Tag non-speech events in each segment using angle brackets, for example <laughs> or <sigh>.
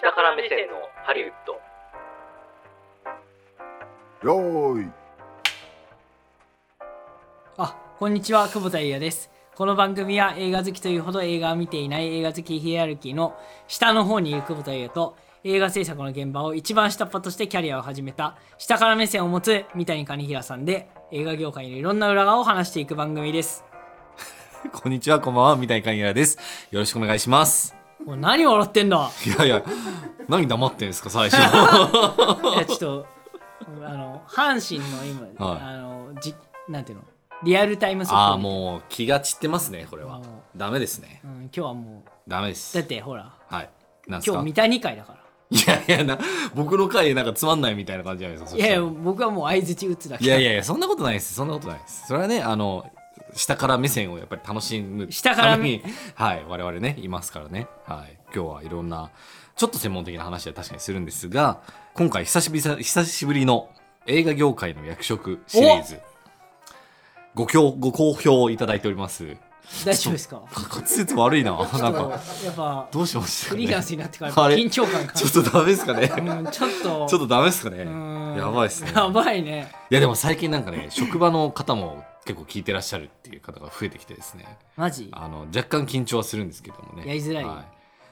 下から目線のハリウッドよーいあこんにちは久保田裕也ですこの番組は映画好きというほど映画を見ていない映画好きヒエラルキーの下の方にいる久保田裕也と映画制作の現場を一番下っ端としてキャリアを始めた下から目線を持つ三谷兼平さんで映画業界のいろんな裏側を話していく番組ですこんにちは、こんばんは、三谷寛也です。よろしくお願いします。もう何笑ってん <laughs> だいやいや、何黙ってんですか、 <laughs> 最初。いやちょっとあの阪神の今、はいあのじなんていうのリアルタイム速ああ、報もう気が散ってますね、これはもう。ダメですねう、。ん、今日はもダメでうだっす。てほらはい。なんす今日か三谷会だからいやいやな、僕の回なんかつまんないみたいな感じじゃないですか。いやいやそし僕はもう相づち打つだけたらいやいやいや、そんなことないです。そんなことないです。それはね、あの、下から目線をやっぱり楽しむ下からために、はい、我々ね、いますからね。はい。今日はいろんな、ちょっと専門的な話は確かにするんですが、今回久しぶりさ、久しぶりの映画業界の役職シリーズ。ご評ご好評いただいております。大丈夫ですか滑舌悪いな。なん <laughs> ちょか、っとやっぱどうしましたフかリーランね。スになってからあれ緊張感がちょっとダメですかね。うんちょっと <laughs> ちょっとダメですかね。うんやばいですね。やばいねいやでも最近なんかね職場の方も結構聞いてらっしゃるっていう方が増えてきてですねマジあの若干緊張はするんですけどもねやりづらいは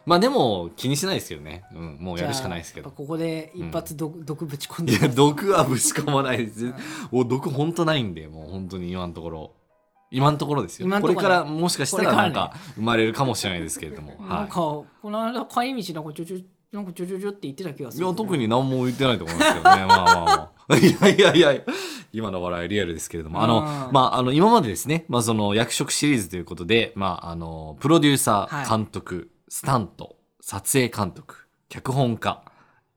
まあでも気にしないですけどね、うん、もうやるしかないですけじゃどあやっぱここで一発毒,、毒ぶち込んいでや毒はぶち込まないですお毒ほんとないんでもう本当に今のところ今のところですよ今のこところれねからもしかしたらこれかならんねか生まれるかもしれないですけれども、なはんいか、この間帰り道なんかちょちょなんかちょちょちょって言ってた気がすいるや、特に何も言ってないと思いますけどね。まあまあま <laughs> あ。いやいやいやいや今の笑いリアルですけれども、あの、うんまあ、あの、今までですね、まあ、その、役職シリーズということで、まあ、あの、プロデューサはいー、監督、スタント、撮影監督、脚本家、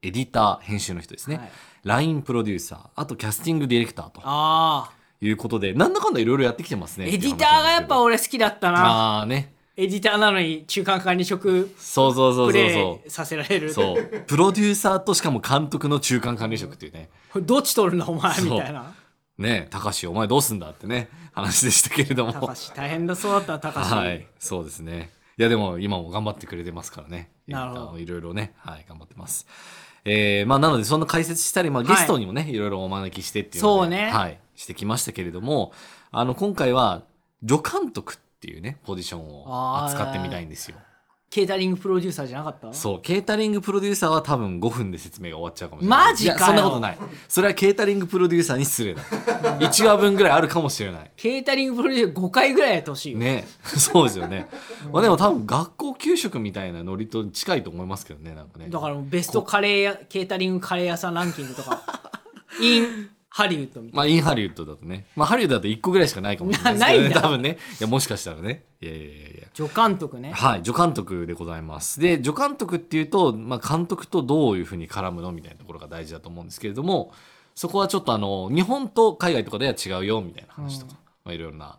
エディター、編集の人ですね、はいラインプロデューサー、あとキャスティングディレクターとああいうことで、なんだかんだいろいろやってきてますね。エディターがやっていう話なっぱんです俺好きだったけどなああね。エディターなのに中間管理職そうそうそうそうプレそイさせられるう。そう。プロデューサーとしかも監督の中間管理職っていうね。これどっち取るんだお前そうみたいなねえ、高志お前どうすんだってね、話でしたけれどたかも。し大変だそうだったなたかし、はい、そうですね。いや、でも今も頑張ってくれてますからね。なるほどあのいろいろね、はい、頑張ってます。えー、まあ、なので、そんな解説したり、まあ、ゲストにもね、い、ろいろお招きしてっていうのでそうねはい、してきましたけれども、あの、今回は、助監督っていうね、ポジションを扱ってみたいんですよ。ケータリングプロデューサーじゃなかったそう、ケータリングプロデューサーは多分5分で説明が終わっちゃうかもしれない。マジかよいやそんなことない。それはケータリングプロデューサーに失礼だ。1話分ぐらいあるかもしれない。ケータリングプロデューサー5回ぐらいやってほしいよ、ね <laughs> そうですよね、まあ、でも多分学校給食みたいなノリと近いと思いますけどねなんかねだからもうベストカレーやケータリングカレー屋さんランキング <laughs> とかインハリウッドみたいまあインハリウッドだとねまあハリウッドだと1個ぐらいしかないかもしれないですけど、ね、な <laughs> ないんだ多分ね <laughs> いやもしかしたらねいやいやいやいやな助監督ねはい助監督でございますで助監督っていうと、まあ、監督とどういうふうに絡むのみたいなところが大事だと思うんですけれどもそこはちょっとあの日本と海外とかでは違うよみたいな話とか、まあ、いろいろな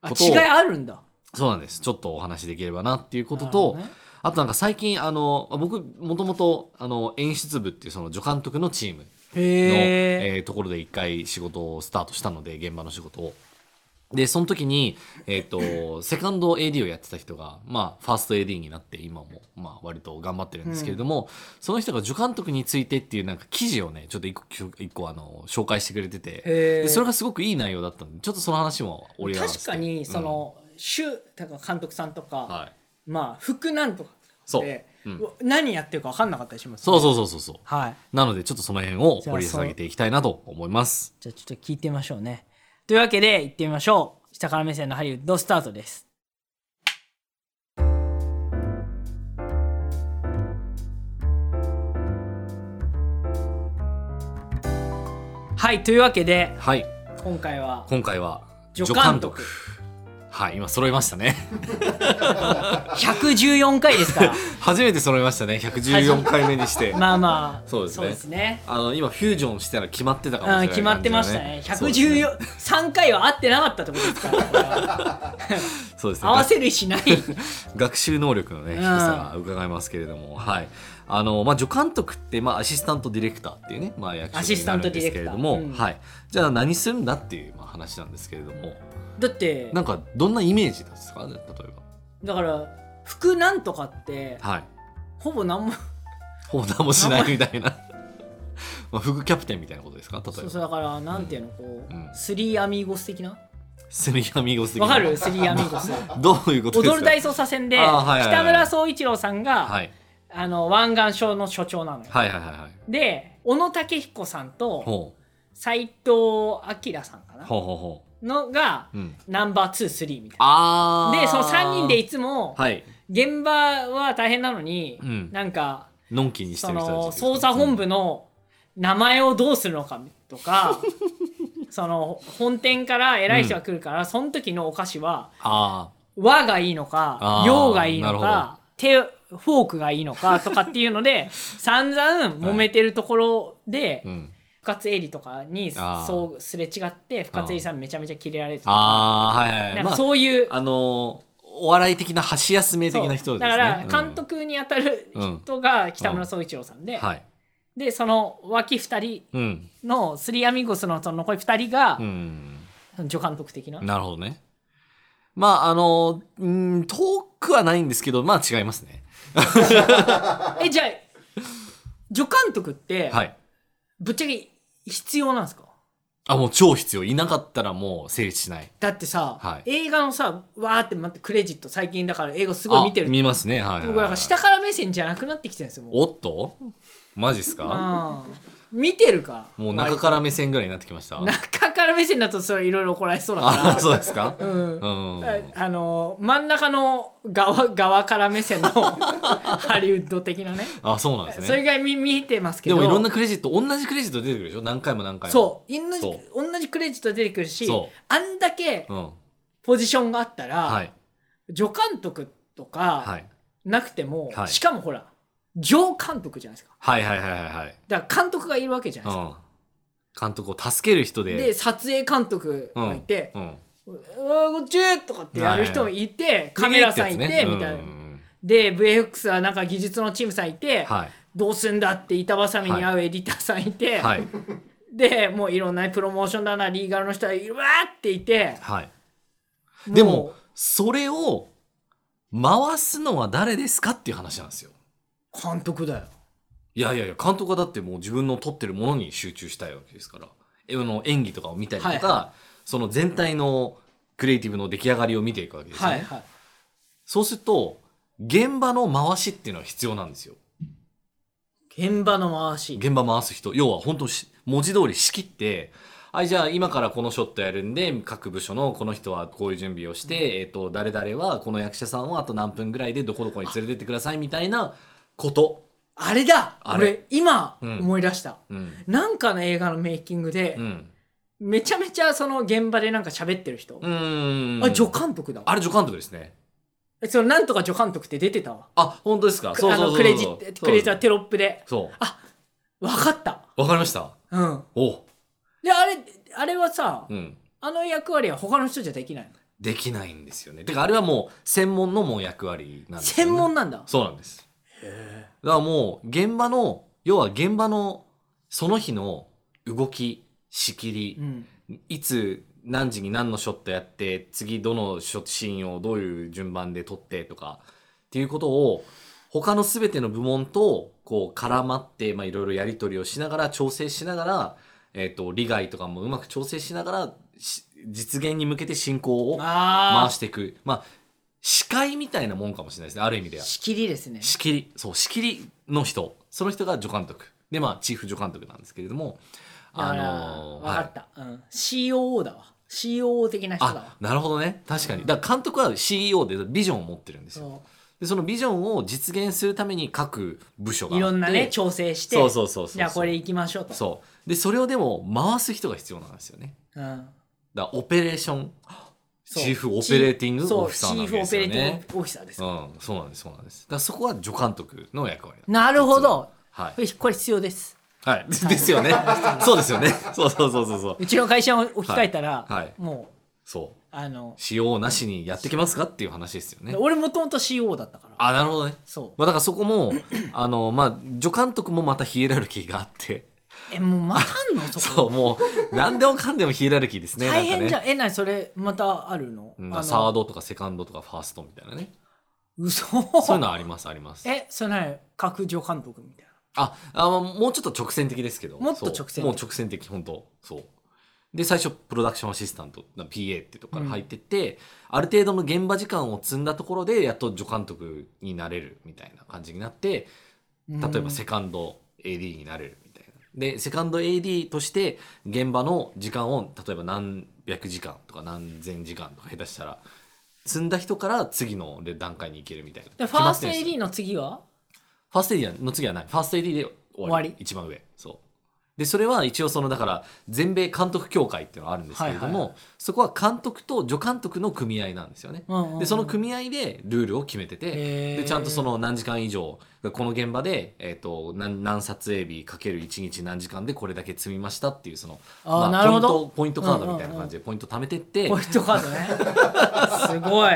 あことを違いあるんだそうなんですちょっとお話しできればなっていうことなるほと、どねあとなんか最近あの僕もともとあの演出部っていうその助監督のチームの、へええーところで一回仕事をスタートしたので現場の仕事を。でその時に、えっとセカンド AD をやってた人が、まあ、ファースト AD になって今も、まあ、割と頑張ってるんですけれども、その人が助監督についてっていうなんか記事をねちょっと一個一個あの紹介してくれててへーでそれがすごくいい内容だったんでちょっとその話も折り合わせ確てかにそ、うんの、主だから監督さんとか、はい、まあ副なんとかそうで、うんわ何やってるか分かんなかったりしますね、そうそうそうそうそうはいなのでちょっとその辺を掘り下げていきたいなと思います。じゃあちょっと聞いてみましょうねというわけで行ってみましょう下から目線のハリウッドスタートですはいというわけではい、今回は今回は助監督はい、今揃いましたね。 <laughs> 114回ですから初めて揃いましたね。114回目にして。まあまあそうですねねあの今フュージョンしたら決まってたかもしれう、なんい、決まってましたね。そうですね。 113、3回は合ってなかったってことです <laughs> から、これはそうですね合わせるし <laughs> ない。学習能力のねうん低さが伺えますけれども、はいあのまあ、助監督って、まあ、アシスタントディレクターっていうね、まあ、役ア職シスにタなントるんデでィレすクけれターども、うんはい、じゃあ何するんだっていう、まあ、話なんですけれどもだって、なんかどんなイメージですか、ね、例えだから、服なんとかって、ば。はいほぼ何もほぼ何もしないみたいな <laughs> まあ副キャプテンみたいなことですか例えばそうそうだからなんていうのこうう、んスリーアミーゴス的なスリーアミーゴス的なわかるスリーアミ <laughs> ーゴスどういうことですか踊る大捜査線であーはいはいはい北村総一郎さんが、はいあの湾岸署の署長なのよ、はいはいはいはいで小野武彦さんとほ斎藤明さんかうなほうほうほのがう、うん、ナンバー23みたいあなーでその3人でいつも、はい現場は大変なのに、うんなんかのんきにしてそる人のたちですか捜査本部の名前をどうするのか <laughs> とかその本店から偉い人が来るから、その時のお菓子はあ和がいいのかあー洋がいいのなるか手フォークがいいのかとかっていう <laughs> ので散々揉めてるところで、あうん深津絵里とかにあーそうすれ違って深津絵里さんめちゃめちゃキレられてたあーはいはいはないんまかあそういう、あのーお笑い的な箸休め的な人そうですだねからうん監督に当たる人が北村総一郎さんで、はいでその脇2う人んのスリーアミゴスのその残り2人がうん助監督的な、なるほどねまああのーうん遠くはないんですけどまあ違いますねえじゃあ助監督ってはいぶっちゃけ必要なんですかあもう超必要いなかったらもう成立しないだってさ、はい映画のさわーって待ってクレジット最近だから映画すごい見てある見ますねはいはいはい、僕なんか下から目線じゃなくなってきてるんですよもうおっとマジっすかうん見てるからもう中から目線ぐらいになってきました割と中から目線だとそれいろいろ怒られそうだあかそうですから <laughs> うんうんああの真ん中の側側から <laughs> 目線のハリウッド的なねあそうなんですねそれが見見てますけでどもいろんなクレジット同じクレジット出てくるでしょ何回も何回もそう同じそ同じクレジット出てくるしそあんだけうんポジションがあったら、はい助監督とかはいなくても、はいしかもほら上監督じゃないですかはいはいはいはいだから監督がいるわけじゃないですはか、いうん監督を助ける人でで撮影監督がいてうん「うわこっち!」とかってやる人もいて、カメラさんいて、ってやつねみたいな。うんうんうんで VFX はなんか技術のチームさんいて、はいどうすんだって板挟みに合うエディターさんいて、はいでもういろんなプロモーションだなリーガルの人がいるわーっていて <laughs> はいでももうそれを回すのは誰ですかっていう話なんですよ監督だよいやいやいや監督はだってもう自分の撮ってるものに集中したいわけですからえあの演技とかを見たりとか、はいその全体のクリエイティブの出来上がりを見ていくわけですよね、はいはいそうすると現場の回しっていうのは必要なんですよ現場の回し現場回す人要は本当し文字通り仕切ってはい、じゃあ今からこのショットやるんで各部署のこの人はこういう準備をして、えっと誰々はこの役者さんをあと何分ぐらいでどこどこに連れてってくださいみたいなこと、あれだあれ俺今うん思い出した、うんなんかの映画のメイキングでう、ん、めちゃめちゃその現場でなんか喋ってる人、うーんあ助監督だわあれ助監督ですねえそのなんとか助監督って出てたわあ、本当ですか。そうそうそうあのクレジットクレジットはテロップでそう。わかったわかりました。うんお、であれあれはさ、うん。あの役割は他の人じゃできないのできないんですよね。てかあれはもう専門のもう役割なんですよね。専門なんだそうなんです。だからもう現場の要は現場のその日の動き仕切うんり、いつ何時に何のショットやって次どのショットシーンをどういう順番で撮ってとかっていうことを他の全ての部門とこう絡まってまあいろいろやり取りをしながら調整しながら、えー、と利害とかもうまく調整しながらし実現に向けて進行をあ回していくまあ司会みたいなもんかもしれないですねある意味であは仕切りですね仕切りそう仕切りの人その人が助監督でまあチーフ助監督なんですけれどもあのー分かはいった、うん、COO だわ COO 的な人だあわなるほどね確かにだから監督は CEO でビジョンを持ってるんですよそでそのビジョンを実現するために各部署うがあいってろんなね調整してそうそうそうそうそうじゃあこれ行きましょうとそうでそれをでも回す人が必要なんですよねうん、だからオペレーションそうチーフオペレーティングオフィサーなんですよねそうチーフオペレーティングオフィサーです、うんそうなんですそうなんですだからそこは助監督の役割なるほどはいこれこれ必要ですはい、ですよね。そうですよね。そうそうそうそうそう。うちの会社を置き換えたはら、いはいもうそう。あの、使用なしにやってきますかっていう話ですよね。俺もともと COO だったからあ、なるほどね。そうまあだからそこ <clears throat> も、あの、まあ、助監督もまたヒエラルキーがあって、えもうまたあんの <laughs> そこ <laughs> そう、もう、何でもかんでもヒエラルキーですね。大変じなんゃん、かねえなにそれまたあるの,、うんあのサードとかセカンドとかファーストみたいなね。嘘 <laughs> そういうのはあります、あります。えそれ何角上監督みたいなああのもうちょっと直線的ですけどもっとそう直線的もう直線的本当そうで最初プロダクションアシスタントな PA ってとこから入ってって、ある程度の現場時間を積んだところでやっと助監督になれるみたいな感じになって例例えばセカンド AD になれるみたいな。でセカンド AD として現場の時間を例えば何百時間とか何千時間とか下手したら積んだ人から次の段階に行けるみたいな。で決ファまーってストるんですよ AD の次はファーストエディの次はない。ファーストエディで終わり。終わり一番上。そう。で、それは一応その、だから、全米監督協会っていうのがあるんですけれども、はいはいはそこは監督と助監督の組合なんですよね。で、その組合でルールを決めてへーて、で、ちゃんとその何時間以上、この現場で、えっ、と、何何撮影日かける1日何時間でこれだけ積みましたっていう、その、あーなるほどポイント、ポイントカードみたいな感じでポイント貯めてって、ポイントカー <laughs> ドねすごい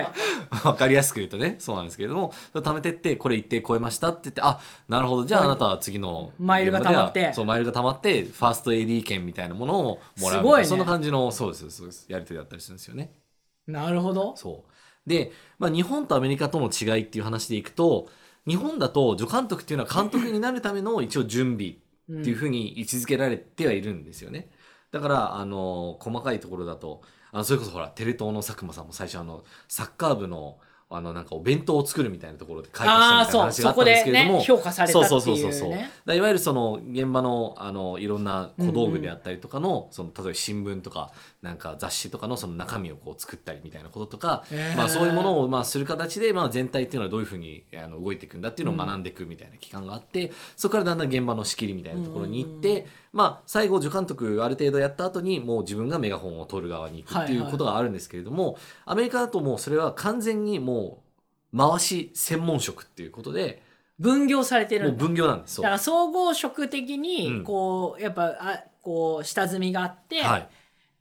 わかりやすく言うとね、そうなんですけれども、貯めてって、これ一定超えましたって言って、あ、なるほど、じゃああなたは次の。マイルが溜まってそう、マイルが溜まって、ファースト AD 券みたいなものをもらうみたいなすごいねそんな感じの、そうです、そうです。やりとりだったりするんですよね。なるほどそう。で、まあ日本とアメリカとの違いっていう話でいくと、日本だと助監督っていうのは監督になるための一応準備っていうふうに位置づけられてはいるんですよね。だから、あの、細かいところだと、あのそれこそほら、テレ東の佐久間さんも最初、あの、サッカー部の、あの、なんかお弁当を作るみたいなところで書いてあたあみたいなそう話があそったこんですでけれども、ね評価されたっていうねそうそうそうそうそうだからいわゆるその現場のあのいろんな小道具であったりとかの,、その例えば新聞とかなんか雑誌とかのその中身をこう作ったりみたいなこととか、へーまあ、そういうものをまあする形で、まあ、全体っていうのはどういうふうにあの動いていくんだっていうのを学んでいくみたいな期間があって、そこからだんだん現場の仕切りみたいなところに行って、まあ、最後助監督ある程度やった後にもう自分がメガホンを取る側に行くっていうことがあるんですけれども、アメリカだともうそれは完全にもう回し専門職っていうことで分業されてもるうんだ分業なんです。そうだから総合職的うにんこうやっぱあこう下積みがあってはい、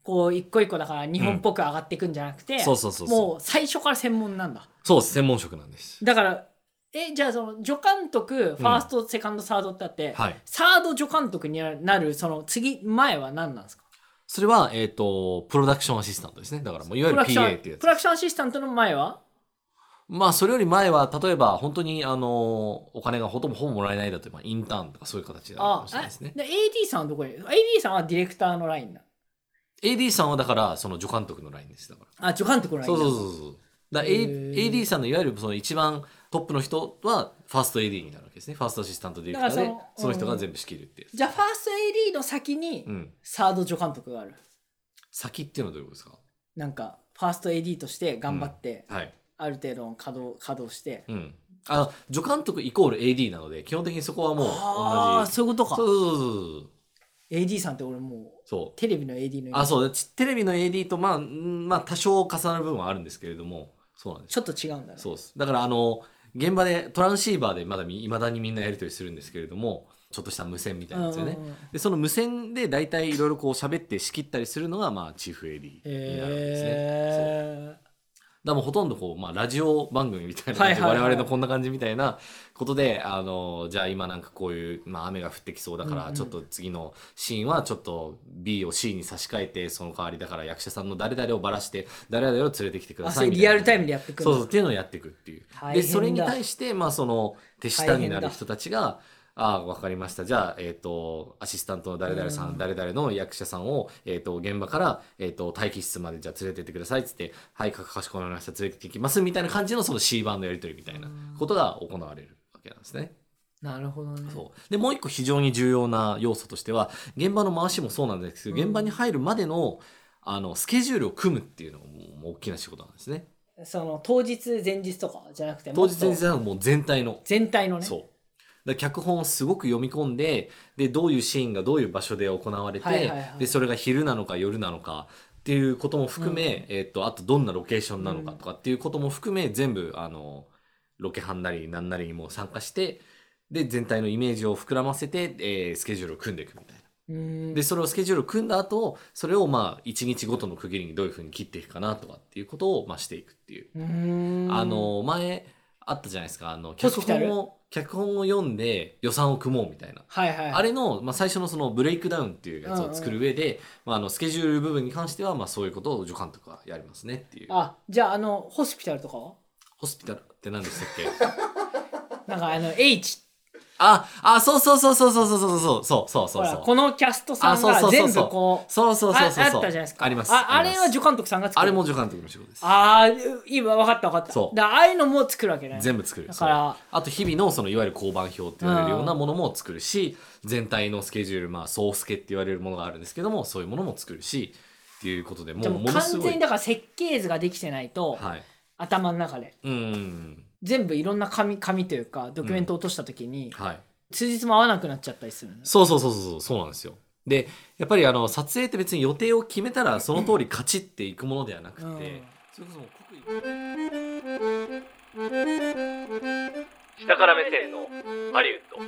こう一個一個だから日本っぽく上がっていくんじゃなくてそうそうそうそうもう最初から専門なんだそうです専門職なんですだからえじゃあその助監督ファースト、セカンドサードってあって、はいサード助監督になるその次前は何なんですかそれはえっ、とプロダクションアシスタントですねだからもういわゆプるロダクショ PA ンっていうやつプロダクションアシスタントの前はまあそれより前は例えば本当にあのお金がほとんどほぼもらえないだとまあインターンとかそういう形だったかあもしれあないですねえで AD さんはどこに AD さんはディレクターのラインだ AD さんはだからその助監督のラインですだからあ助監督のライそンうだそうそうそうだから A- へー AD さんのいわゆるその一番トップの人はファースト AD になるわけですねファーストアシスタントディレクターだでそからのその人うがん全部仕切るってやつじゃあファースト AD の先にうんサード助監督がある先っていうのはどういうことですなんかファースト AD として頑張って、かはいある程度の稼働稼働して、うんあの助監督イコール AD なので基本的にそこはもうあ同あじそういうこそうとかそうそうそう AD さんって俺もうそうテレビの AD のあそうちテレビの AD とまあ、うんまあ、多少重なる部分はあるんですけれどもそうなんですちょっと違うんだねそうですだからあの現場でトランシーバーでまだいまだにみんなやり取りするんですけれどもちょっとした無線みたいなやつでね、うんうんうんでその無線で大体いろいろこう喋って仕切ったりするのがまあチーフ AD になるんですね、そうへだからもうほとんどこう、まあ、ラジオ番組みたいな感じで、はいはいはい我々のこんな感じみたいなことであのじゃあ今なんかこういう、まあ、雨が降ってきそうだから、うんうんちょっと次のシーンはちょっと B を C に差し替えてその代わりだから役者さんの誰々をばらして誰々を連れてきてくーだあさそいれみたいリなアルタイムでやってくるそうそうっていうのをやっていくっていう大変でだそれに対して、まあ、その手下になる人たちが「ああ分かりましたじゃあ、えー、とアシスタントの誰々さん、うん誰々の役者さんを、えー、と現場から、えー、と待機室までじゃあ連れてってください」っつって「はいかかしこまりました連れてってきます」みたいな感じのその C 版のやり取りみたいなことが行われるわけなんですね。なるほどねそうでもう一個非常に重要な要素としては現場の回しもそうなんですけど、うん現場に入るまでのあのスケジュールを組むっていうのももう大きな仕事なんですね。その当日前日とかじゃなくて当日もっとにもう全体の全体のねそう。だから脚本をすごく読み込んででどういうシーンがどういう場所で行われて、はいはいはいでそれが昼なのか夜なのかっていうことも含め、えっとあとどんなロケーションなのかとかっていうことも含め、全部あのロケハンなりなんなりにも参加してで全体のイメージを膨らませて、えースケジュールを組んでいくみたいな。うーんでそれをスケジュールを組んだ後それをまあ1日ごとの区切りにどういうふうに切っていくかなとかっていうことをまあしていくっていう。うーんあの前あったじゃないですかあのホ脚スピタル本を脚本を読んで予算を組もうみたいな、はいはいあれの、まあ、最初のそのブレイクダウンっていうやつを作る上で、まあ、あのスケジュール部分に関しては、まあ、そういうことを助監督はやりますねっていうあじゃああのホスピタルとかはホスピタルって何でしたっけなんかあの H <laughs> あ、あ、そうそうそうそうそうそうそうそうそうそうそほうらそこう。のキャストさあ、んそうがそうそう全そ部う。こうそうそうそうそうそう。ああったじゃないですかあります。あありれますは助監督さんが作るあれも助監督の仕事です。ああ今分かった分かったそうだからああいうのも作るわけね全部作るだからそうあと日々のそのいわゆる交番表って言われるようなものも作るし、全体のスケジュールまあ総スケって言われるものがあるんですけどもそういうものも作るしっていうことでもでうもものす完ご全いにだから設計図ができてないと、はい頭の中でうん全部いろんな紙紙というかドキュメント落とした時に、はい通日も合わなくなっちゃったりするのねそうそうそうそうそうそうなんですよでやっぱりあの撮影って別に予定を決めたらその通りカチッていくものではなくて、うんそれこそもう刻一下から目線のハリウッド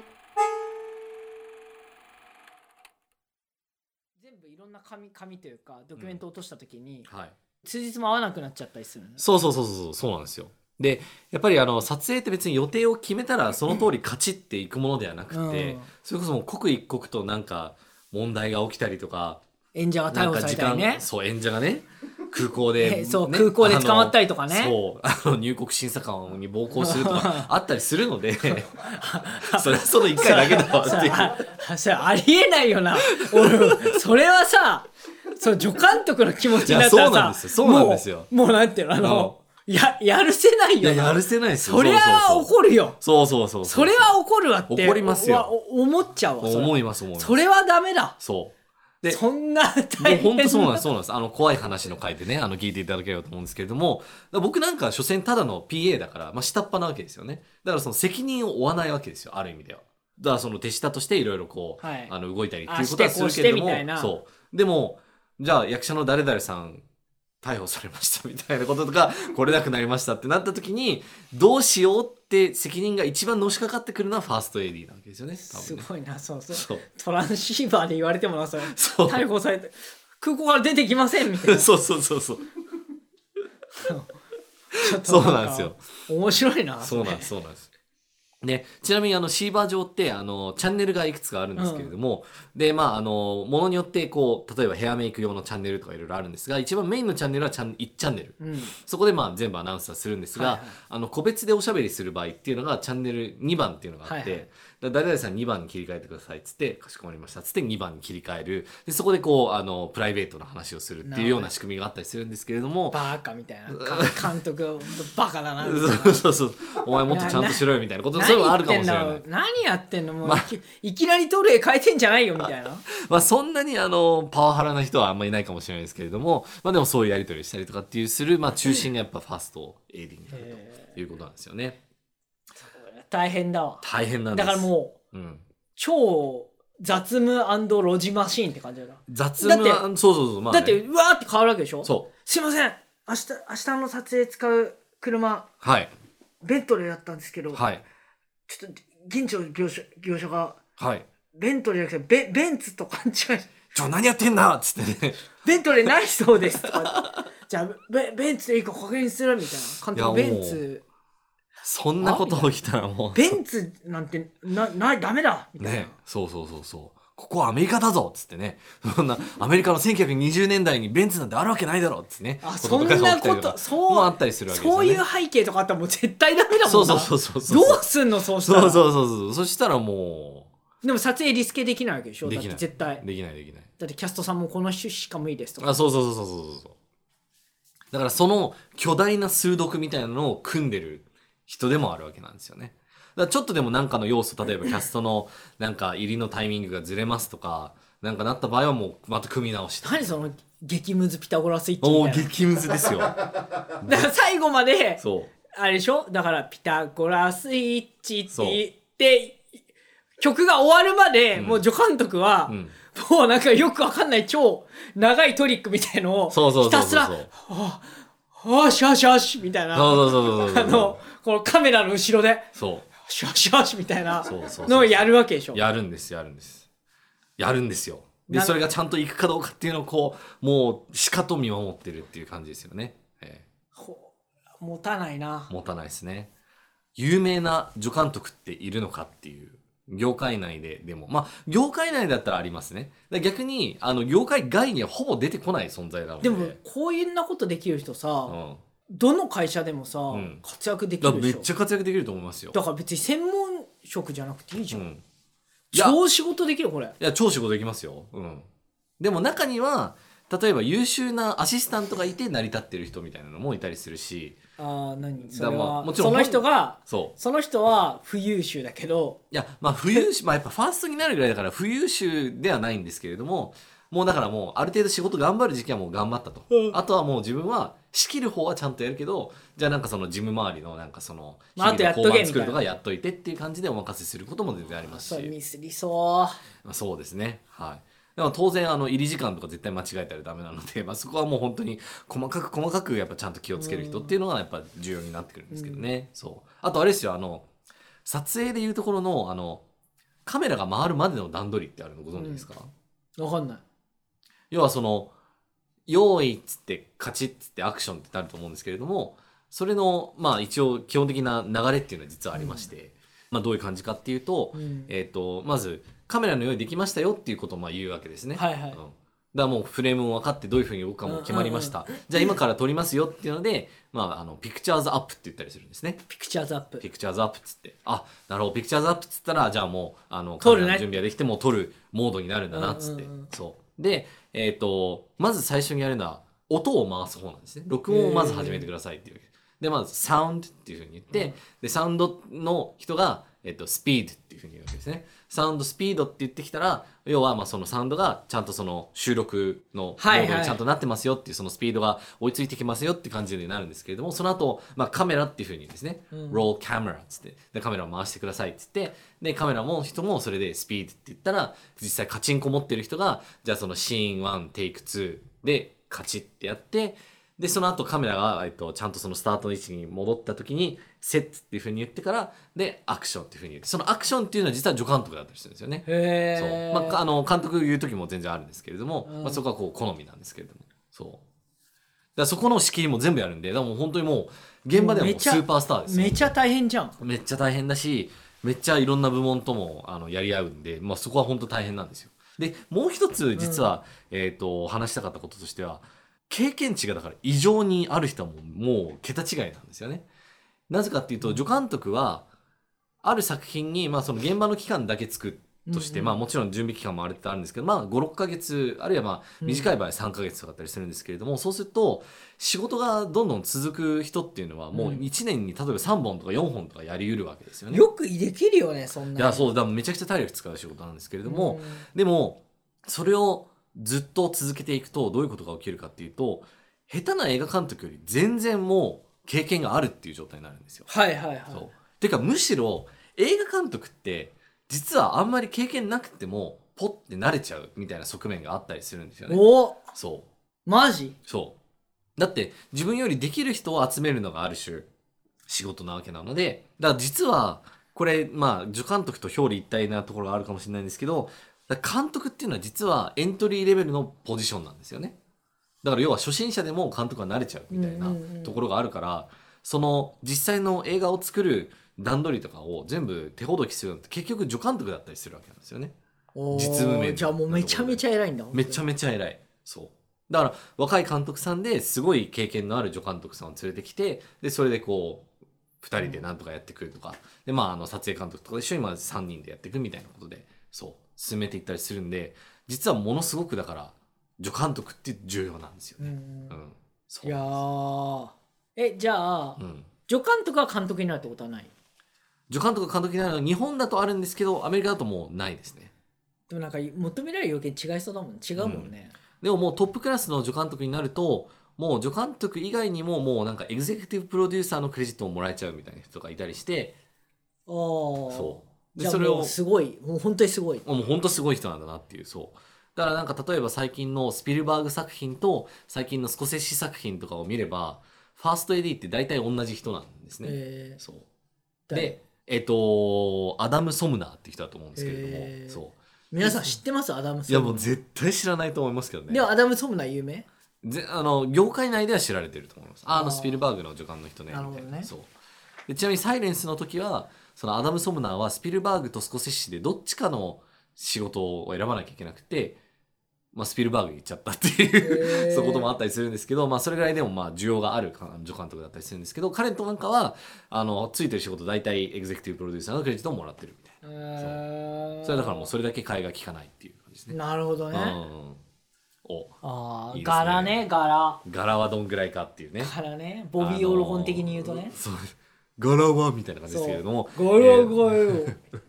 全部いろんな紙紙というかドキュメント落とした時に、はい通日も合わなくなっちゃったりするのねそうそうそうそうそうなんですよでやっぱりあの撮影って別に予定を決めたらその通りカチッていくものではなくて、うんそれこそもう刻一刻となんか問題が起きたりとか演者がな逮ん捕かされ時たり間、ねそう演者がね空港 <laughs> えで、そうね空港で捕まったりとかあねのそうあの入国審査官に暴行すると <laughs> かあったりするので <laughs> それはその1回だけだわっていうさあそれありえないよな俺それはさその助監督の気持ちになったらさいやそうなんですよそうなんですよもうもうなんていうのあの、ややるせないいやよなやるせないですよそりゃあそう怒るよそうそうそうそれは怒るわって怒りますよわお思っちゃうわそれ思います思いますそれはダメだそうでそんなもう大変本当そうなんです、そうなんです。あの、怖い話の回でね、あの、聞いていただければと思うんですけれども、僕なんか、所詮ただの PA だから、まあ、下っ端なわけですよね。だから、その責任を負わないわけですよ、ある意味では。だから、その手下としていろいろこう、はいあの、動いたりっていうことはするけれども、あしてこうしてみたいなそう。でも、じゃあ、役者の誰々さん、逮捕されましたみたいなこととか、 <laughs> 来れなくなりましたってなった時に、どうしようって責任が一番のしかかってくるのはファースト AD なわけですよね、多す分ね。ごいなそうそうそう。トランシーバーで言われてもなそれそう。逮捕されて空港から出てきませんみたい <laughs> なそうそうそうそう。ちょっとそうなんですよ面白いなそうなんです、そうなんです。ね、ちなみにあのシーバー上ってあのチャンネルがいくつかあるんですけれども、でまああのものによってこう例えばヘアメイク用のチャンネルとかいろいろあるんですが一番メインのチャンネルはチャン1チャンネル、うんそこでまあ全部アナウンサーするんですが、はいはいあの個別でおしゃべりする場合っていうのがチャンネル2番っていうのがあって、はいはいだ誰々さん2番に切り替えてくださいっつってかしこまりましたっつって2番に切り替えるでそこでこうあのプライベートの話をするっていうような仕組みがあったりするんですけれどもバカみたいなか <laughs> 監督が本当バカだなみたいなそうそうそうお前もっとちゃんとしろよみたいなことそういうのはあるかもしれない何言ってんだろう何やってんのもう、まあいきいきなりトレー変えてんじゃないよみたいなまあ、そんなにあのパワハラな人はあんまりいないかもしれないですけれども、まあ、でもそういうやり取りしたりとかっていうする、まあ、中心がやっぱファーストエイディングということなんですよね。大変だわ大変なんでだすからもうう、ん、超雑務ロジマシーンって感じだな、雑務はだそうそうそう、まあだね、ってうわーって変わるわけでしょそうすいません明日明日の撮影使う車はいベントレーだったんですけど、はいちょっと現地の業者業者がはいベントレーじゃなくてベベンツと勘違いして「ちょ何やってんだ!」っつってね <laughs> ベントレーないそうですとかじゃあベベンツでいいか確認するみたいな監督いベやもうンツそんなこと起きたらもうベンツなんてなないダメだみたいな、ねそうそうそうそうここはアメリカだぞっつってねそんなアメリカの1920年代にベンツなんてあるわけないだろっつってねあとかそんな起きたりことかそうもあったりするわけですよ、ね、そういう背景とかあったらもう絶対ダメだもんなそうそうそううそうそうどうすんのそうしたらそうそうそうそう。そしたらもでも撮影リスケできないわけでしょう、できだなっい。て絶対できない、できない。だってキャストさんもこの人しか無理ですとかあ、そうそうそうそうそうそう。だからその巨大な数読みたいなのを組んでる人でもあるわけなんですよね。だからちょっとでもなんかの要素、例えばキャストのなんか入りのタイミングがずれますとか、なんかなった場合はもうまた組み直して。何その激ムズピタゴラスイッチおみおたいな激ムズですよ。だから最後までそう。あれでしょだからピタゴラスイッチってそう言って曲が終わるまで、んもう助監督は、うん。もうなんかよくわかんない超長いトリックみたいのをそうそうひそうたそうすそう。らそう「よしよしよし」みたいなあそうそうそうそう。のこのカメラの後ろで「そよしよしよし」みたいなそうそうそうのをやるわけでしょう。やるんです、やるんです。やるんですよ。で、なんそれがちゃんと行くかどうかっていうのをこう、もう、しかと見守ってるっていう感じですよね。えほ持たないなえ持たないですね。有名な助監督っているのかっていう。業界内で、でも、まあ、業界内だったらありますね。だから逆に、あの、業界外にはほぼ出てこない存在なので。でもこういうんなことできる人うさん。どの会社でもさん活躍できだかるらめでしっょちゃ活躍できると思いますよだ。から別に専門職じゃなくていいじうゃん、ん、いや超仕事できるこれいや超仕事できますよ、うん、でも中には例えば優秀なアシスタントがいて成り立ってる人みたいなのもいたりするしああ何それだからまはあもちろんその人がそうその人は不優秀だけどいや、まあ、富裕 <laughs> 秀、まあ、やっぱファーストになるぐらいだから、富裕秀ではないんですけれども、もうだからもう、ある程度仕事頑張る時期はもう頑張ったと。うんあとはもう自分は、仕切る方はちゃんとやるけど、じゃあなんかその事務周りの、なんかその、まああとやっとけ交番作るとみたいかやっといてっていう感じでお任せすることも全然ありますそうし、ミスりそうまあ、そうですね。はい。でも当然、あの、入り時間とか絶対間違えたらダメなので、 <laughs> まあそこはもう本当に、細かく細かくやっぱちゃんと気をつける人っていうのがやっぱ重要になってくるんですけどね。そう。あとあれですよ、あの、撮影でいうところの、あの、カメラが回るまでの段取りってあるのご存知ですか、分かんない要はその、用意っつって、カチッつってアクションってなると思うんですけれども、それの、まあ一応基本的な流れっていうのは実はありまして、まあどういう感じかっていうと、うんえっ、と、まず、カメラの用意できましたよっていうことをまあ言うわけですね。はいはいうんだからもうフレームも分かってどういうふうに動くかも決まりました。じゃあ今から撮りますよっていうので、まあ、あの、ピクチャーズアップって言ったりするんですね。ピクチャーズアップピクチャーズアップっつって、あ、なるほど、ピクチャーズアップっつったら、じゃあもう、あの、撮るカねメラの準備ができてもう撮るモードになるんだなっつって。うんうんうんそう。で、えっ、と、まず最初にやるのは、音を回す方なんですね。録音をまず始めてくださいっていう。で、まず、サウンドっていうふうに言って、で、サウンドの人が、えっ、と、スピードっていうふうに言うわけですね。サウンドスピードって言ってきたら、要は、まあ、そのサウンドが、ちゃんとその収録のモはいはいードにちゃんとなってますよっていう、そのスピードが追いついてきますよって感じになるんですけれども、その後、まあ、カメラっていうふうに言うんですね。うんローカメラっつってでカメラを回してくださいっつってでカメラも人もそれでスピードって言ったら実際カチンコ持ってる人がじゃあそのシーン1テイク2でカチッってやってでその後カメラが、えっと、ちゃんとそのスタートの位置に戻った時にセッツっていう風に言ってからでアクションっていう風に言ってそのアクションっていうのは実は助監督だったりするんですよね。そうへえ、まあ、かあの監督言う時も全然あるんですけれども、うんまあ、そこはこう好みなんですけれどもそうだからそこの仕切りも全部やるんでだからもう本当にもう現場ではもめうちスゃーパースターですよめちゃ大変じゃんめっちゃ大変だしめっちゃいろんな部門ともあのやり合うんで、まあ、そこは本当大変なんですよでもう一つ実は、えっと話したかったこととしては経験値がだから異常にある人はもうもう桁違いなんですよねなぜかっていうと助監督はある作品に、まあ、その現場の期間だけ作っとして、うんうんまあ、もちろん準備期間もあるってあるんですけど、まあ、56ヶ月あるいはまあうん短い場合3ヶ月とかだったりするんですけれども、そうすると仕事がどんどん続く人っていうのはもううん1年に例えば3本とか4本とかやりうるわけですよね。よくできるよねそんいなやそうだからめちゃくちゃ体力使う仕事なんですけれうども、でもそれをずっと続けていくとどういうことが起きるかっていうと下手な映画監督より全然もう経験があるっていう状態になるんですよ。はいはいはいそうてかむしろ映画監督って実はあんまり経験なくてもポッて慣れちゃうみたいな側面があったりするんですよね。おそうマジそう。だって自分よりできる人を集めるのがある種仕事なわけなので、だから実はこれ、まあ、助監督と表裏一体なところがあるかもしれないんですけど、だから監督っていうのは実はエントリーレベルのポジションなんですよね。だから要は初心者でも監督は慣れちゃうみたいなうんうんうんところがあるから、その実際の映画を作る段取りとかを全部手ほどきするのって結局助監督だったりするわけなんですよね。おー実務面じゃあもうめちゃめちゃ偉いんだめちゃゃめちゃ偉いそうだから若い監督さんですごい経験のある助監督さんを連れてきてでそれでこう2人でなんとかやってくるとかでまああの撮影監督とかと一緒にまあ3人でやっていくみたいなことでそう進めていったりするんで実はものすごくだから助監督って重要なんですようねんうん、そいうやーえじゃあ、うん助監督は監督になるってことはない助監督が監督になるのは日本だとあるんですけどアメリカだともうないですねでもなんか求められる要件違いそうだもん違うもんね、でももうトップクラスの助監督になるともう助監督以外にももうなんかエグゼクティブプロデューサーのクレジットをもらえちゃうみたいな人がいたりしてああそうじでゃあそれもをうすごいもう本当にすごいもうほんとすごい人なんだなっていうそうだからなんか例えば最近のスピルバーグ作品と最近のスコセッシ作品とかを見ればファーストエディって大体同じ人なんですね、えそうーでえっ、とアダム・ソムナーって人だと思うんですけれども、へーそ皆さん知ってますアダム・ういやもう絶対知らないと思いますけどねでもアダム・ソムナー有名ぜあの業界内では知られてると思いますあああーのスピルバーグの助監の人ねみなたいるなほどねそうでちなみに「サイレンス」の時はそのアダム・ソムナーはスピルバーグとスコセッシでどっちかの仕事を選ばなきゃいけなくてまあ、スピルバーグ行っちゃったっていう、<laughs> へーそういうこともあったりするんですけど、まあ、それぐらいでもまあ需要がある助監督だったりするんですけど彼となんかはあのついてる仕事大体エグゼクティブプロデューサーのクレジットをもらってるみたいなそれだからもうそれだけ替えが利かないっていう感じですね。なるほどね、うんおああいいですね柄ね柄柄はどんぐらいかっていうね。柄ねボビー・オロゴン的に言うとね、あのそう柄はみたいな感じですけれどもそう柄えーがよ、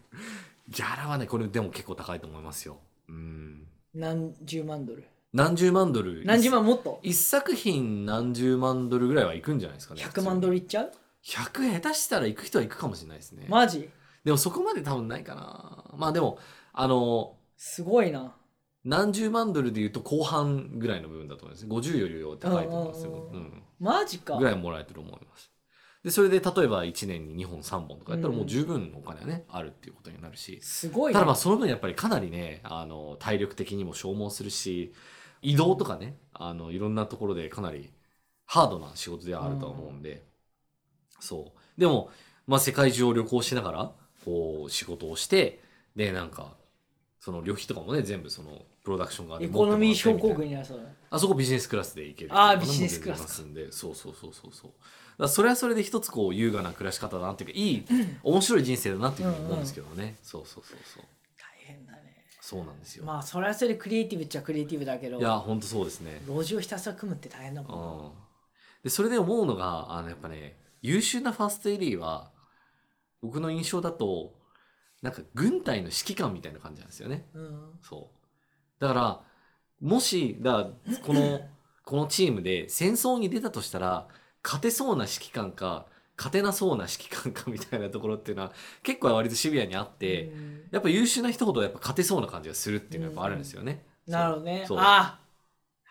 ギャラはねこれでも結構高いと思いますようん何十万ドル何十万ドル何十万もっと一作品何十万ドルぐらいはいくんじゃないですかね100万ドルいっちゃう100下手したら行く人は行くかもしれないですね、マジでもそこまで多分ないかなまあでもあのすごいな何十万ドルでいうと後半ぐらいの部分だと思います50よりは高いと思いますよ、うんうんううんん、マジかぐらいもらえてると思いますでそれで例えば1年に2本3本とかやったらもううん十分のお金はね、あるっていうことになるしすごいたなだまあその分やっぱりかなりねあの体力的にも消耗するし移動とかねあのいろんなところでかなりハードな仕事ではあるとは思うんで、そうでも、まあ、世界中を旅行しながらこう仕事をしてでなんかその旅費とかもね全部そのプロダクション側でエコノミー症候みたい群になりそうだねなあそこビジネスクラスで行けるあっーていうのもビジネスクラスか全然いますんでそうそうそうそうそうだからそれはそれで一つこう優雅な暮らし方だなっていうかいい面白い人生だなっていうふうに思うんですけどね、そうそうそうそう大変だねそうなんですよ。まあそれはそれでクリエイティブっちゃクリエイティブだけどいや、本当そうですね。路地をひたすら組むって大変だうもんん。で、それで思うのが、あの、やっぱね、優秀なファーストエリーは、僕の印象だと、なんか軍隊の指揮官みたいな感じなんですよね。うんそう。だから、もし、だからこの、 <laughs> このチームで戦争に出たとしたら、勝てそうな指揮官か、勝てなそうな指揮官かみたいなところっていうのは、結構割とシビアにあって、うんやっぱ優秀な人ほどやっぱ勝てそうな感じがするっていうのはやっぱあるんですよね。なるほどねそうあ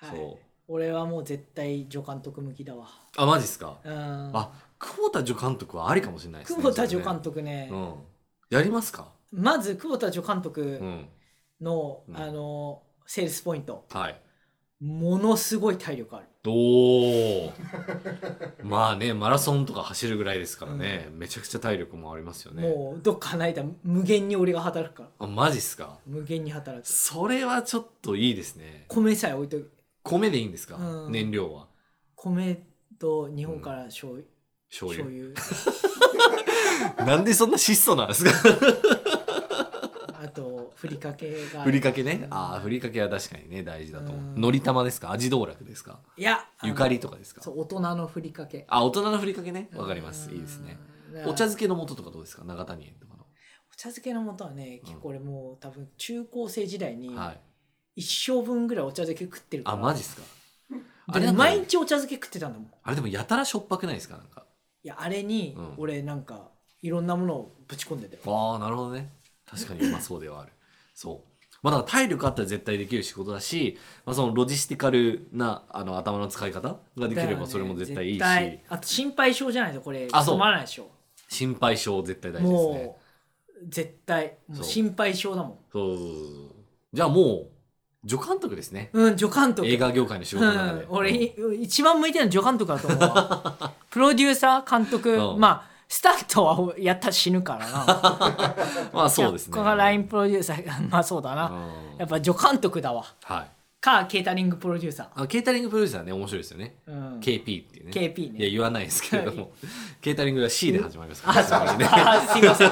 あ、はい、そう。俺はもう絶対助監督向きだわあ、マジっすかうんあ久保田助監督はありかもしれないですね。久保田助監督、督ね、うん。やりますかまず久保田助監う督ん。の、うんあのセールスポイントはい。ものすごい体力あるおお。 <laughs> まあね、マラソンとか走るぐらいですからね、めちゃくちゃ体力もありますよね。もうどっか離れたら無限に俺が働くからあ、マジっすか無限に働くそれはちょっといいですね。米さえ置いとく米でいいんですか、うん燃料は。米と日本から醤油、醤油醤。<laughs> 油なんでそんな質素なんですかあとふりかけがふりかけね。ああ、ふりかけは確かにね、大事だと思う。のり玉ですか味道楽ですかいやあのゆかりとかですかそう大人のふりかけあ、大人のふりかけね。わかります。いいですね。うんお茶漬けの素とかどうですか長谷園とかお茶漬けの素はね結構俺もう多分中高生時代にの。はい。一生分ぐらいお茶漬け食ってるからあ、マジっすかあれ <laughs> でなんか毎日お茶漬け食ってたんだもんあれでもやたらしょっぱくないですかなんか。いやあれにうん俺なんかいろんなものをぶち込んでて、ああ、なるほどね。確かにうまそうではある。そう。まあ、だから体力あったら絶対できる仕事だし、まあ、そのロジスティカルなあの頭の使い方ができればそれも絶対いいし、だよね絶対あと心配性じゃないとこれあそう止まらないでしょ心配性絶対大事ですねも。う絶対もそうう心配性だもんそうそうそうそうじゃあもう、助監督ですね。うん助監督映画業界の仕う事の中で。ん、俺、一番向いてるのは助監督だと思うわ <laughs> プロデューサー監督、うんまあスタットはやったら死ぬからなまあ <laughs> そうですね。ここがラインプロデューサー <laughs> まあそうだうな、んやっぱ助監督だわはい。かケータリングプロデューサあケータリングプロデューサーね、面白いですよね。ー、うん、 KP っていうね。 KP ねいや、言わないですけれども、ケータリングは C で始まりますから、あ、そう <laughs> あすいません。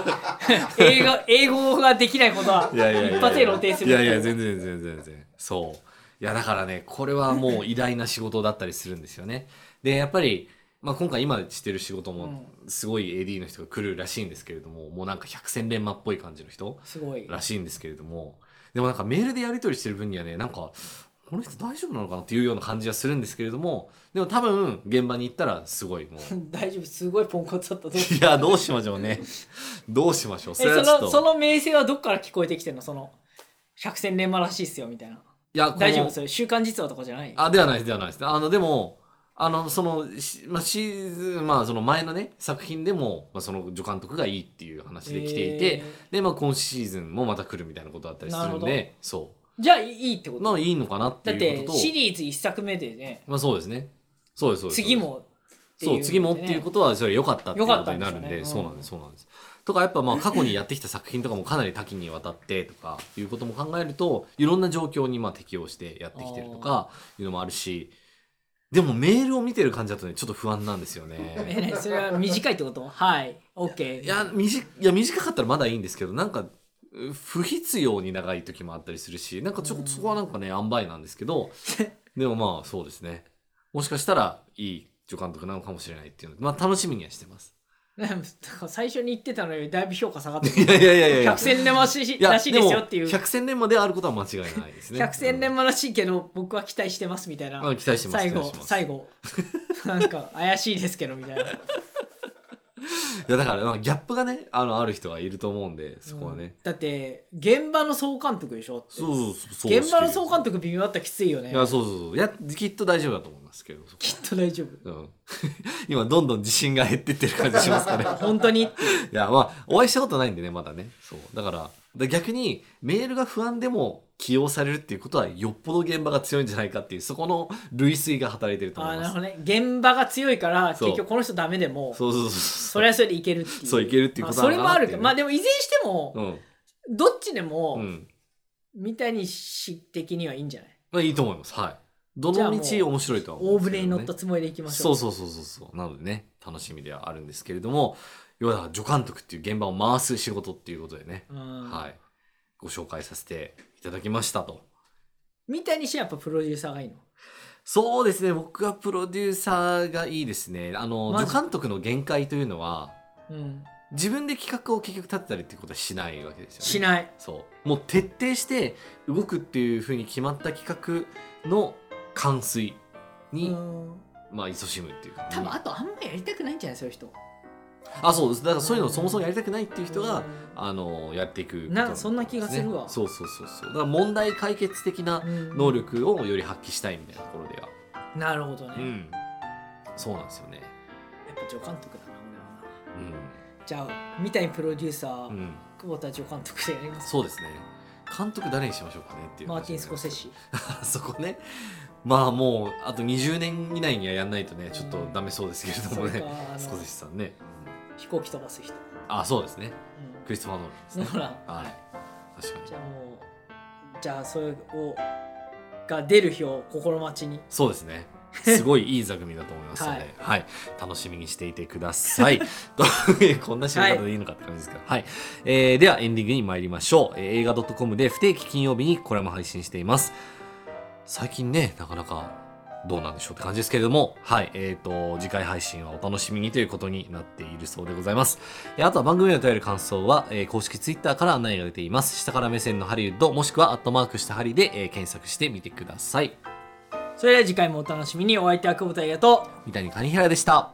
英語、英語ができないことは、いやいやいやいや <laughs> 一発で露呈する。いやいや、全然全然全然。そう。いや、だからね、これはもう偉大な仕事だったりするんですよね。で、やっぱり、まあ、今回今してる仕事もすごい AD の人が来るらしいんですけれども、もうなんか百戦錬磨っぽい感じの人すごい。らしいんですけれどもでもなんかメールでやり取りしてる分にはねなんかこの人大丈夫なのかなっていうような感じはするんですけれどもでも多分現場に行ったらすごいもう大丈夫、すごいポンコツだったと思う。 <laughs> いやどうしましょうねどうしましょうそれえはちょっその、とその名声はどっから聞こえてきてんのその、百戦錬磨らしいっすよ、みたいな。いやこの大丈夫、それ、週刊実話とかじゃないあ、ではないです、ではないです。あの、でも、あの、その、しまあ、シーズン、まあ、その前のね、作品でも、まあ、その助監督がいいっていう話で来ていて、えで、まあ、今シーズンもまた来るみたいなことだったりするんなるで、そーじゃあ、いいってこう。とまあ、いいのかなってだっいうて、ことと、シリーズ一作目でね、まあ、そうですね。そうです、そうです。次もっていそう、次もっていうことは、それ良かったっていう良かこったとんにでしなょうるねんうんで、そうなんです、そうなんです。とかやっぱまあ過去にやってきた作品とかもかなり多岐にわたってとかいうことも考えるといろんな状況にまあ適応してやってきてるとかいうのもあるしでもメールを見てる感じだとねちょっと不安なんですよ <laughs> えね。ねそれは短いっ <laughs> てことはい。OK。いや短いや短かったらまだいいんですけどなんかう不必要に長い時もあったりするしなんかちょっとそこはなんかね塩梅なんですけどでもまあそうですねもしかしたらいい助監督なのかもしれないっていうのでまあ楽しみにはしてます。なんか最初に言ってたのよりだいぶ評価下がっている。やいやいやいや百戦錬磨らしいらしいですよっていう。百戦錬磨であることは間違いないですね。百戦錬磨らしいけど、僕は期待してますみたいな。うんあ期待してます最期後待して、ます最 <laughs> 後。なんか怪しいですけどみたいな。いやだからまあギャップがねあのある人はいると思うんでそこはね。だって、現場の総監督でしょってそうそうそう。現場の総監督微妙だったらきついよねい。やそうそうそういやきっと大丈夫だと思いますけど。そこきっと大丈夫。うん <laughs> 今どんどん自信が減ってってる感じします <laughs> かね。本当にっていやまあお会いしたことないんでねまだね。そうだからだ逆にメールが不安でも起用されるっていうことはよっぽど現場が強いんじゃないかっていうそこの類推が働いてると思あーいなるまほすど。ね現場が強いからそう結局この人ダメでもそそうそうそうそう。れはそれでいけるっていうそういけるっていうことなのかまなあそっれていうねもあるけどまあでもいずれにしても、うん。どっちでうもん。三谷氏的にはいいんじゃない、まあいいと思います。はい。どじゃあのもう道面白いとは思う大んですけ船どねに乗ったつもりでいきましそょううそうそうそうそう。なのでね、楽しみではあるんですけれども、要は助監督っていう現場を回す仕事っていうことでね、うんはい。ご紹介させていただきましたと。三谷氏はやっぱプロデューサーがいいのそうですね、僕はプロデューサーがいいですね。あの、マジ助監督の限界というのは、うん自分で企画を結局立てたりっていうことはしないわけですよね。しないそう。もう徹底して動くっていうふうに決まった企画の完遂うに、んまあ、勤しむっていうか、多分あとあんまやりたくないんじゃないそういう人あそうですだからそういうのをそもそもやりたくないっていう人が、うあのやっていくことなんかそんな気がするわねそうそうそうそうだから問題解決的なん能力をより発揮したいみたいなところではなるほどね、うやっんそうなんですよねぱ助監督だな俺はなうじゃあ三谷プロデューサー、ん、うん、久保田助監督でやりますそうですね監督誰にしましょうかねっていうマーティン・スコセッシ <laughs> そこねまあもうあと20年以内にはやんないとねちょっとダメそうですけれどもそれねかあスコセのッシさんね飛行機飛ばす人、あそうですねうクリストファー・ノーランです <laughs> ん、ねほらはい確かにじゃあもうじゃあそれをが出る日を心待ちにそうです <laughs> ね。すごいいい座組だと思いますので、はい、楽しみにしていてくださ <laughs> い。とこんな締め方でいいのかって感じですけど、はい、えーではエンディングに参りましょう。えー映画 .com で不定期金曜日にこれも配信しています。最近ね、なかなかどうなんでしょうって感じですけれども、はい、えっ、と、次回配信はお楽しみにということになっているそうでございます。えーあとは番組への頼る感想は、えー公式ツイッターから案内が出ています。下から目線のハリウッド、もしくはアットマークしたハリで、えー検索してみてください。それでは次回もお楽しみにお相手は久保田優也と三谷谷平でした。